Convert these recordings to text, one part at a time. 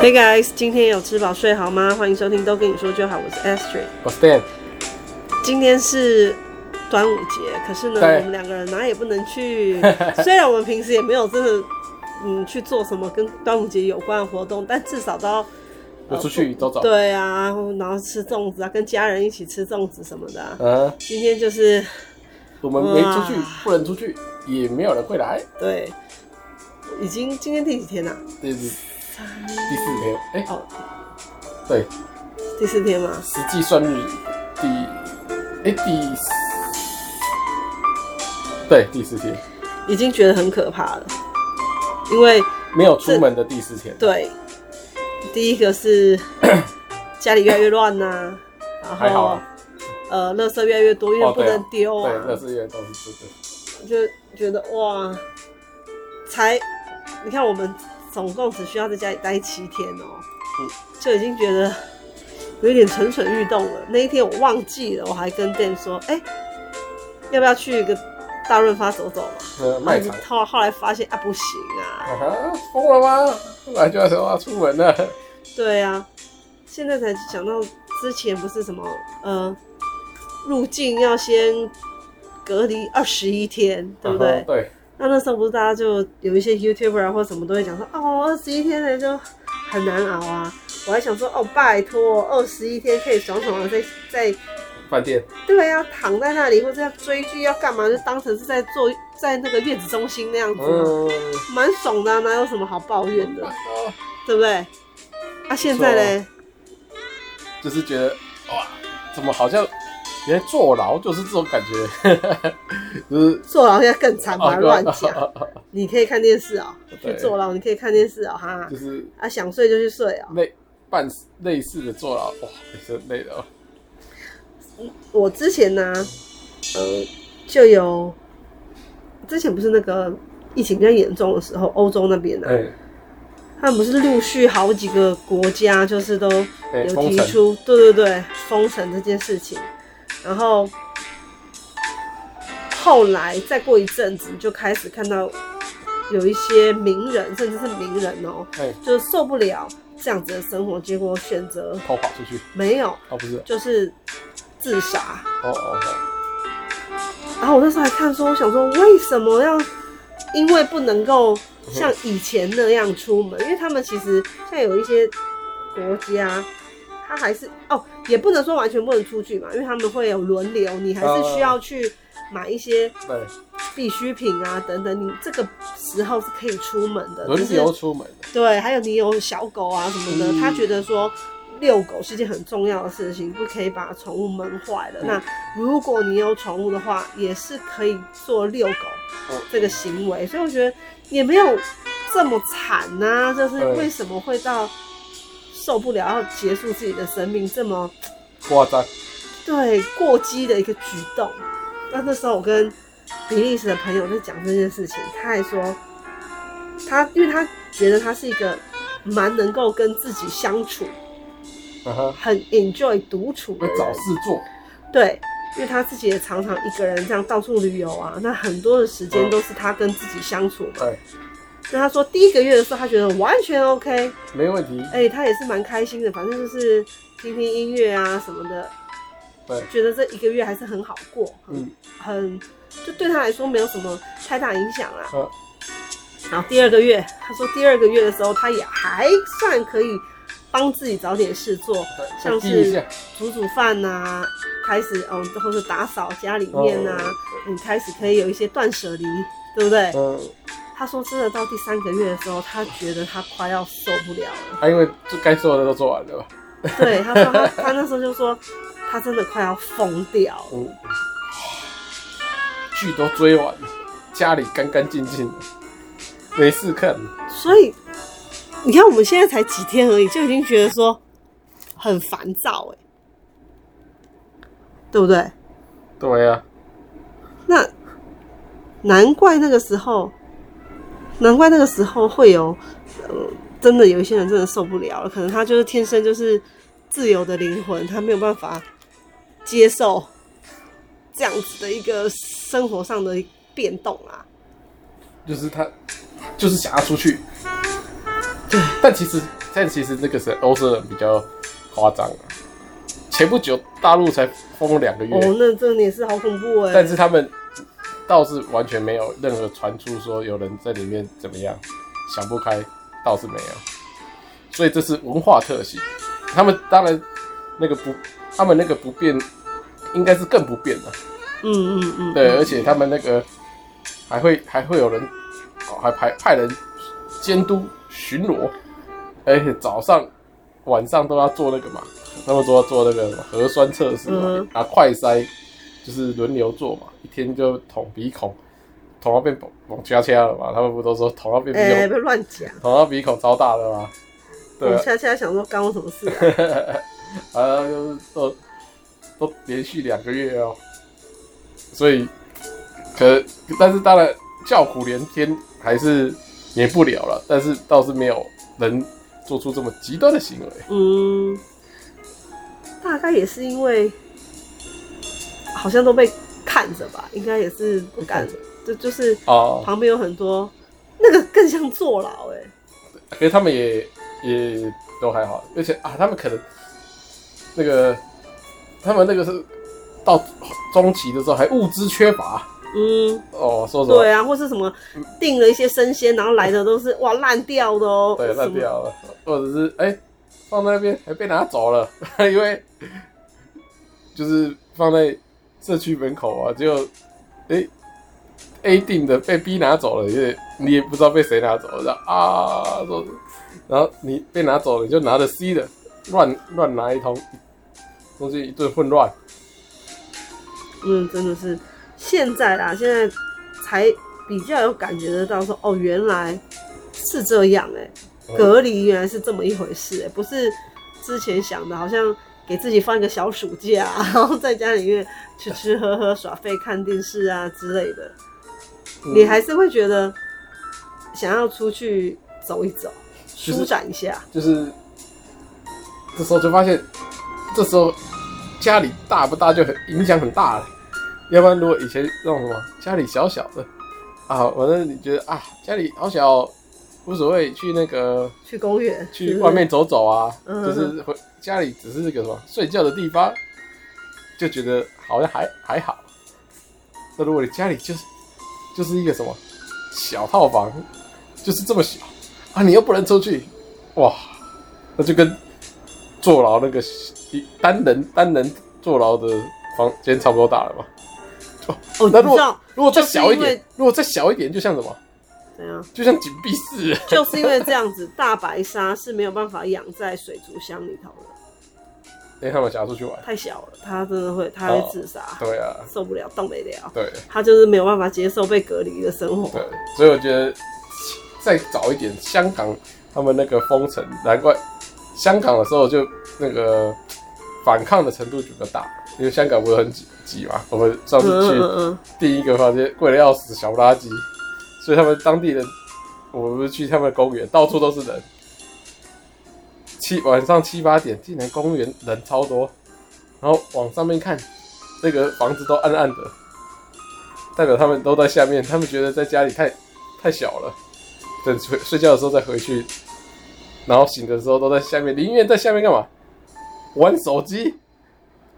Hey guys，今天有吃饱睡好吗？欢迎收听，都跟你说就好。我是 Astrid，我 Stan，今天是端午节，可是呢，对我们两个人哪也不能 去。虽然我们平时也没有真的嗯去做什么跟端午节有关的活动，但至少都要我出去走走。对啊，然后吃粽子啊，跟家人一起吃粽子什么的啊。嗯，今天就是我们没出去哇，不能出去，也没有人会来。对，已经今天第几天了、这是第四天，哎、哦，对，第四天吗？实际算日第，哎、第四，对，第四天，已经觉得很可怕了，因为没有出门的第四天，对，第一个 是家里越来越乱呐、然还后好啊。呃，垃圾越来越多，因为哦不对啊能丢对，啊，那是因为都是这个，就觉得哇，才你看我们总共只需要在家里待七天哦、嗯就已经觉得有一点蠢蠢欲动了。那一天我忘记了，我还跟 Dan 说，哎、要不要去一个大润发走走嘛？呃，卖然场后。后后来发现啊，不行啊，啊哈，疯了吗？本来就要说要出门了，对啊，现在才想到之前不是什么呃，入境要先隔离二十一天，对不对？啊哈对，那那时候不是大家就有一些 YouTuber 啊或什么都会讲说，哦，二十一天的就很难熬啊。我还想说，哦，拜托，二十一天可以爽爽的在在饭店对啊，躺在那里或者要追剧要干嘛，就当成是在做在那个月子中心那样子嘛，嗯，蛮、爽的、啊，哪有什么好抱怨的，对不对？啊，现在嘞。就是觉得哇，怎么好像原来坐牢就是这种感觉， 就是坐牢现在更惨吧，乱讲。哦你可以看电视哦，对去坐牢你可以看电视哦，哈哈对 就是啊，想睡就去睡哦。类半类似的坐牢，哇，也是累的哦。我之前呢，呃，就有之前不是那个疫情比较严重的时候，欧洲那边呢、啊，哎他们不是陆续好几个国家就是都哎，有封提城，出，对对对，封城这件事情，然后后来再过一阵子，就开始看到有一些名人，甚至是名人哦、哎，就是受不了这样子的生活，结果选择偷跑出去，没有，哦不是，就是自杀。哦哦哦，然后我那时候还看说，我想说为什么要，因为不能够像以前那样出门，因为他们其实像有一些国家，他还是哦，也不能说完全不能出去嘛，因为他们会有轮流，你还是需要去买一些对，必需品啊等等，你这个时候是可以出门的，只轮是流出门，对，还有你有小狗啊什么的，嗯他觉得说遛狗是件很重要的事情，不可以把宠物闷坏了。嗯那如果你有宠物的话，也是可以做遛狗嗯这个行为，所以我觉得也没有这么惨呐、就是对为什么会到受不了要结束自己的生命这么夸张，对过激的一个举动。那那时候我跟比利时的朋友在讲这件事情，他还说，他因为他觉得他是一个蛮能够跟自己相处、啊哈，很 enjoy 独处的会人找，事做，对，因为他自己也常常一个人这样到处旅游啊，那很多的时间都是他跟自己相处嘛。哎，那他说第一个月的时候，他觉得完全 OK，没问题，哎、他也是蛮开心的，反正就是听听音乐啊什么的，对，觉得这一个月还是很好过，很嗯，很，就对他来说没有什么太大影响啦。嗯然后第二个月，他说第二个月的时候，他也还算可以帮自己找点事做，像再滴一是下，煮煮饭呐、开始哦，或者打扫家里面哦呐、你开始可以有一些断舍离，对不对？嗯，他说真的，到第三个月的时候，他觉得他快要受不了 了。啊他因为就该做的都做完了吧，对，他说他他那时候就说，他真的快要疯掉了。嗯，剧都追完了，家里干干净净的，没事看，所以你看，我们现在才几天而已，就已经觉得说很烦躁、哎，对不对？对啊呀，那难怪那个时候，难怪那个时候会有，呃，真的有一些人真的受不了了，可能他就是天生就是自由的灵魂，他没有办法接受这样子的一个生活上的变动啊。就是他就是想要出去，对，但其实但其实那个是欧洲人比较夸张啊。前不久大陆才封两个月，哦，那这个也是好恐怖哎、但是他们倒是完全没有任何传出说有人在里面怎么样，想不开倒是没有，所以这是文化特性。他们当然那个不，他们那个不变，应该是更不变的、嗯嗯嗯，对，而且他们那个还会还会有人，哦、还派派人监督巡逻，而且早上晚上都要做那个嘛，他们都要做那个什么核酸测试嘛嗯，拿快筛就是轮流做嘛，一天就捅鼻孔，捅到变往掐掐了嘛，他们不都说捅到变哎、不鼻要孔，乱讲。捅到鼻孔超大的吗？对我啊，恰恰想说，干我什么事、 啊？啊，就是都都连续两个月哦，所以可但是当然叫苦连天还是免不了了，但是倒是没有人做出这么极端的行为。嗯，大概也是因为好像都被看着吧，应该也是不敢被看着，就就是哦旁边有很多那个更像坐牢哎、可是他们也也都还好，而且啊，他们可能那个他们那个是到中期的时候还物资缺乏嗯，哦，说什么对啊，或是什么订了一些生鲜，然后来的都是哇烂掉的哦、 对，烂什么掉了，或者是哎、放在那边还被拿走了， 因为就是放在社区门口啊，就哎、A 定的被 B 拿走了，因为你也不知道被谁拿走了，然后啊，说然后你被拿走了，你就拿着 C 的乱乱拿一通，中间一顿混乱，嗯，真的是现在啦，现在才比较有感觉得到说，哦，原来是这样哎、嗯隔离原来是这么一回事哎、不是之前想的，好像给自己放一个小暑假， 然后在家里面吃吃喝喝、耍废、看电视啊之类的，嗯你还是会觉得想要出去走一走，就是舒展一下，就是这时候就发现，这时候家里大不大就很影响很大了。要不然如果以前那种什么家里小小的啊，反正你觉得啊家里好小哦无所谓，去那个去公园，是去不是外面走走啊，嗯就是回家里只是个什么睡觉的地方，就觉得好像还还好。那如果你家里就是就是一个什么小套房，就是这么小啊，你又不能出去，哇，那就跟坐牢那个一单人单人坐牢的房间差不多大了吧？哦，那你如知果道如果再小就是一因点为，如果再小一点，就像什么？怎样？就像紧闭室， 就是因为这样子，大白鲨是没有办法养在水族箱里头的，因为哎他们想要出去玩。太小了，它真的会，它会自杀，对啊，受不了，动不了，对。啊它就是没有办法接受被隔离的生活对。，所以我觉得再早一点，香港他们那个封城，难怪香港的时候就那个反抗的程度就比较大，因为香港不是很挤挤嘛。我们上嗯嗯次嗯去第一个发现贵的要死，小不拉几，所以他们当地人，我们去他们公园，到处都是人。七晚上七八点，竟然公园人超多，然后往上面看，那个房子都暗暗的，代表他们都在下面，他们觉得在家里太太小了，等睡睡觉的时候再回去，然后醒的时候都在下面，宁愿在下面干嘛？玩手机，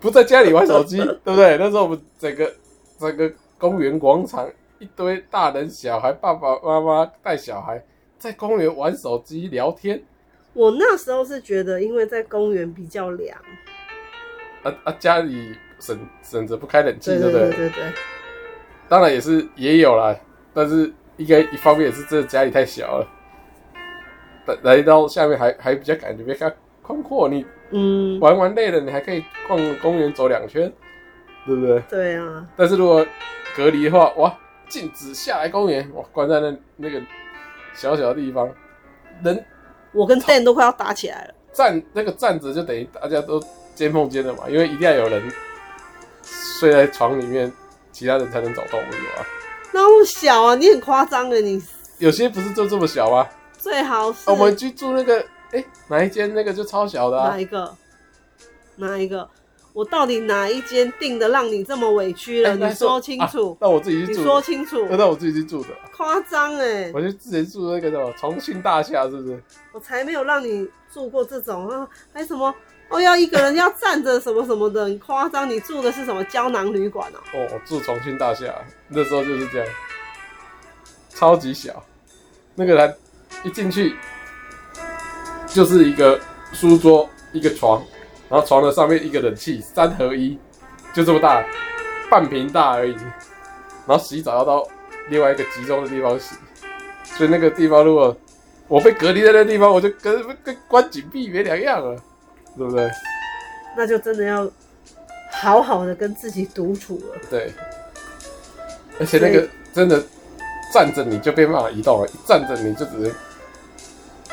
不在家里玩手机，对不对？那时候我们整个整个公园广场一堆大人小孩，爸爸妈妈带小孩在公园玩手机聊天，我那时候是觉得，因为在公园比较凉，啊啊，家里省省着不开冷气，对不对对对，当然也是也有啦，但是应该一方面也是这家里太小了，来来到下面还还比较感觉比较宽阔，你嗯，玩玩累了，你还可以逛公园走两圈，对不对？对啊，但是如果隔离的话，哇，禁止下来公园，哇，关在那那个小小的地方，人我跟 Dan 都快要打起来了，站那个站着就等于大家都肩碰肩了嘛，因为一定要有人睡在床里面，其他人才能走动，不是吗？那么小啊，你很夸张哎，你有些不是就这么小吗？最好是啊我们去住那个，哎、哪一间那个就超小的、啊哪，一个？哪一个？我到底哪一间订的让你这么委屈了？哎那你时候说清楚啊，那我自己去你住说的，清楚，那那我自己去住的，夸张哎！我就之前住那个什么重庆大厦，是不是？我才没有让你住过这种啊，还什么哦，要一个人要站着什么什么的，很夸张。你住的是什么胶囊旅馆哦？哦，我住重庆大厦，那时候就是这样，超级小，那个人一进去就是一个书桌，一个床，然后床的上面一个冷气，三合一，就这么大，半平大而已。然后洗澡要到另外一个集中的地方洗，所以那个地方如果我被隔离在那地方，我就跟跟关紧闭没两样了，对不对？那就真的要好好的跟自己独处了。对，而且那个真的站着你就被骂移动了，一站着你就只能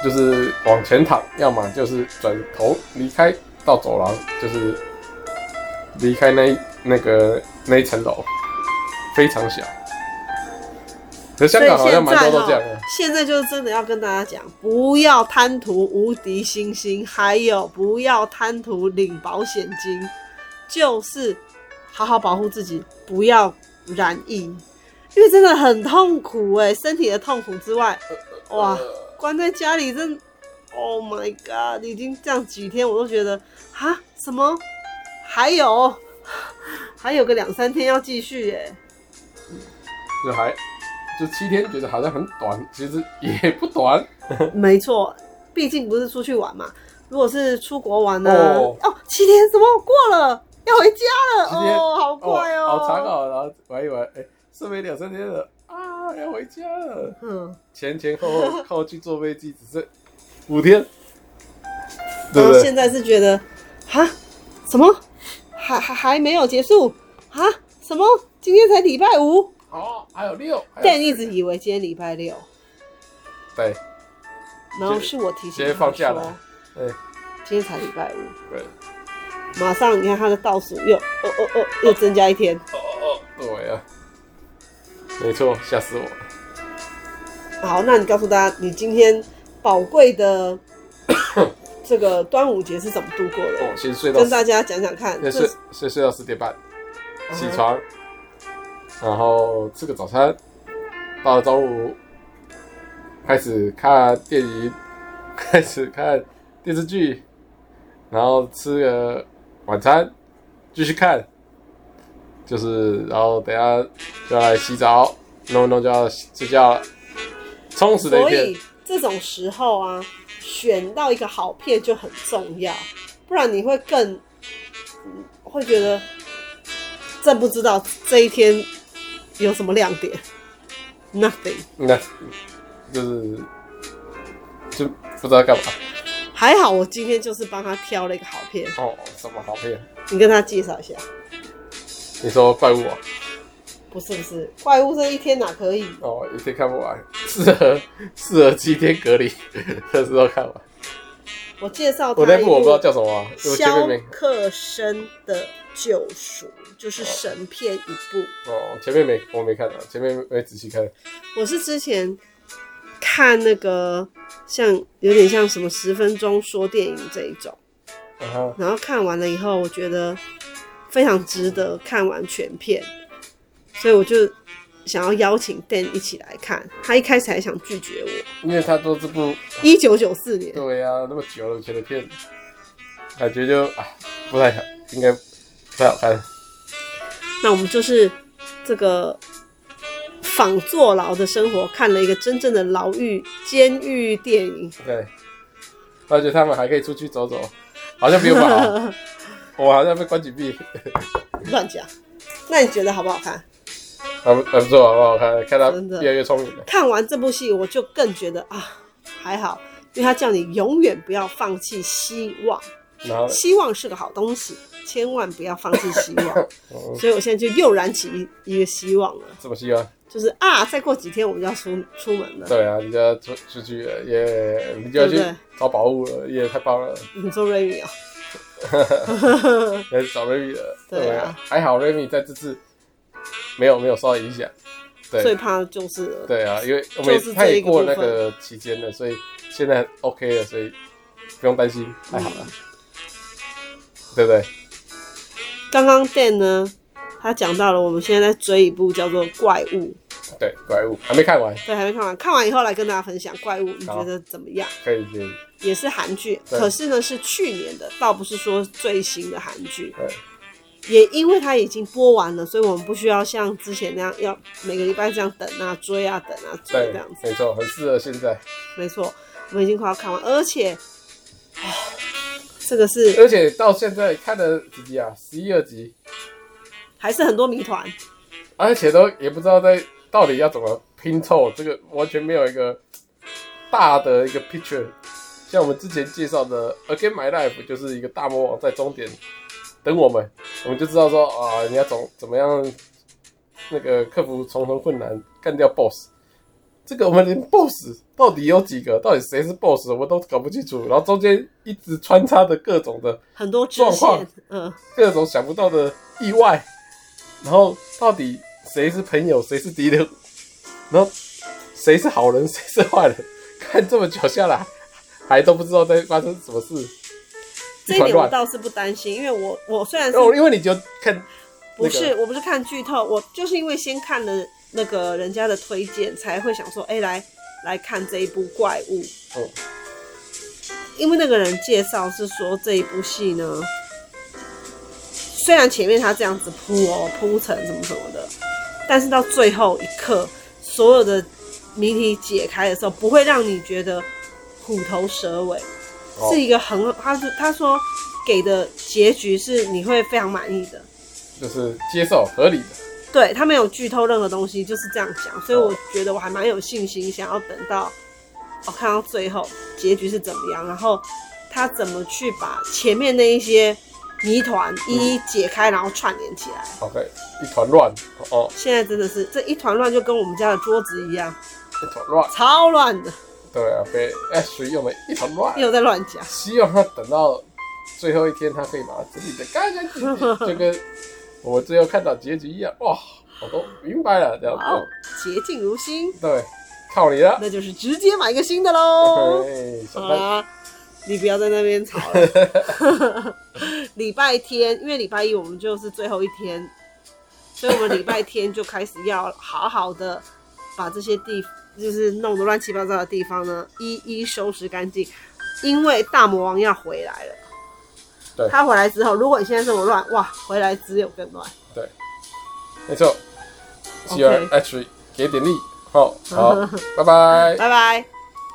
就是往前躺，要么就是转头离开到走廊，就是离开那一那个那一层楼，非常小。可是香港好像蛮多都这样的，现在就是真的要跟大家讲，不要贪图无敌星星，还有不要贪图领保险金，就是好好保护自己，不要染疫，因为真的很痛苦哎、身体的痛苦之外，呃哦哇，关在家里真，Oh my God，已经这样几天，我都觉得啊什么，还有 还有个两三天要继续哎、就还就七天，觉得好像很短，其实也不短。没错，毕竟不是出去玩嘛。如果是出国玩呢？哦哦，七天怎么过了？要回家了七天哦，好快哦，好长哦，然后玩一玩，哎、剩没两三天了啊，要回家了。嗯，前前后后靠去坐飞机只剩五天，对然后不对？现在是觉得，哈，什么，还还还没有结束啊？什么？今天才礼拜五？哦，还有六，还有但一直以为今天礼拜六，对然后是我提醒今天他放假说了对今天才礼拜五，哎对啊马上你看他的倒数又，哦哦哦，又增加一天。哦哦对啊，没错，吓死我了。好，那你告诉大家，你今天宝贵 的这个端午节是怎么度过的？我哦先睡到跟大家讲讲看。这先睡是先睡到十点半，起嗯哼床，然后吃个早餐，到了中午开始看电影，开始看电视剧，然后吃个晚餐，继续看，就是然后等一下就要来洗澡，弄一弄就要睡觉了，充实的一所天以。这种时候啊，选到一个好片就很重要，不然你会更嗯会觉得真不知道这一天有什么亮点，nothing。那就是就不知道干嘛还好我今天就是帮他挑了一个好片，哦，什么好片？你跟他介绍一下。你说怪物啊？不是不是，怪物这一天哪可以？哦，一天看不完，适合适合七天隔离 的时候看完。我介绍他我那一部我不知道叫什么、啊，我前肖面没克申的救赎，就是神片一部。哦，前面没我没看到，前面没仔细看。我是之前看那个像有点像什么十分钟说电影这一种，然后然后看完了以后，我觉得非常值得看完全片，所以我就想要邀请 Dan 一起来看。他一开始还想拒绝我。因为他做这部，一九九四年，对呀、那么久了以前的片，感觉就啊不太好，应该不太好看。那我们就是这个仿坐牢的生活，看了一个真正的牢狱监狱电影。对，而且他们还可以出去走走，好像比我们好。我好像被关紧闭， 乱讲。那你觉得好不好看？还不还不错，好不好看？看他真的越来越聪明了。看完这部戏，我就更觉得啊，还好，因为他叫你永远不要放弃希望，然后希望是个好东西，千万不要放弃希 望。哦所以我现在就又燃起一一个希望了，这么希望。就是啊，再过几天我们就要出出门了。对啊，你就要出出去了，耶！你就要去对不对找宝物了，耶！太棒了，你做瑞米啊？要去找瑞米了。对啊还好瑞米在这次没有没有受到影响。最对怕的就是对啊，因为我们也就是他这也一个过那部分个期间了，所以现在嗯 OK 了，所以不用担心，太好了，对不对？刚刚 Dan 呢，他讲到了我们现在在追一部叫做《怪物》，对，怪物还没看完，对，还没看完，看完以后来跟大家分享《怪物》，你好觉得怎么样？可以可以，也是韩剧，对可是呢是去年的，倒不是说最新的韩剧。对，也因为它已经播完了，所以我们不需要像之前那样要每个礼拜这样等啊、追啊、等啊、追对这样子。，没错，很适合现在。没错，我们已经快要看完，而且，唉这个是而且到现在看了几集啊，十一二集，还是很多谜团。而且都也不知道在到底要怎么拼凑，这个完全没有一个大的一个 picture。像我们之前介绍的《Again My Life》就是一个大魔王在终点等我们，我们就知道说啊，你要怎怎么样那个克服重重困难，干掉 BOSS。这个我们连 BOSS 到底有几个，到底谁是 BOSS，我们都搞不清楚。然后中间一直穿插着各种的很多支状况线，嗯、各种想不到的意外，然后到底谁是朋友，谁是敌人，然后谁是好人，谁是坏人，看这么久下来，还都不知道在发生什么事，这一一团点我乱。倒是不担心，因为我我虽然是然哦后因为你就看、那不个，是、我不是看剧透，我就是因为先看了那个人家的推荐，才会想说，哎、来来看这一部怪物。嗯因为那个人介绍是说这一部戏呢，虽然前面他这样子铺哦铺陈什么什么的，但是到最后一刻，所有的谜题解开的时候，不会让你觉得虎头蛇尾，哦是一个很他是他说给的结局是你会非常满意的。就是接受合理的，对他没有剧透任何东西，就是这样讲，所以哦我觉得我还蛮有信心，想要等到我、哦看到最后结局是怎么样，然后他怎么去把前面那一些谜团一一解开，然后串联起来。好看一团乱哦，现在真的是这一团乱，就跟我们家的桌子一样，一团乱，超乱的，对啊，被 Ash 用的一团乱。又在乱讲。希望他等到最后一天，他可以把它整理的干干净 净，就跟我最后看到结局一样。哇，我都明白了，这样哇哦子，，洁净如新，对，靠你了。那就是直接买一个新的 喽。嘿小好白啦，你不要在那边吵了。礼拜天，因为礼拜一我们就是最后一天，所以我们礼拜天就开始要好好的把这些地，就是弄得乱七八糟的地方呢，一一收拾干净。因为大魔王要回来了，对他回来之后，如果你现在这么乱，哇，回来只有更乱。没错，希望 OK H 给点力。好，好，拜拜。拜拜。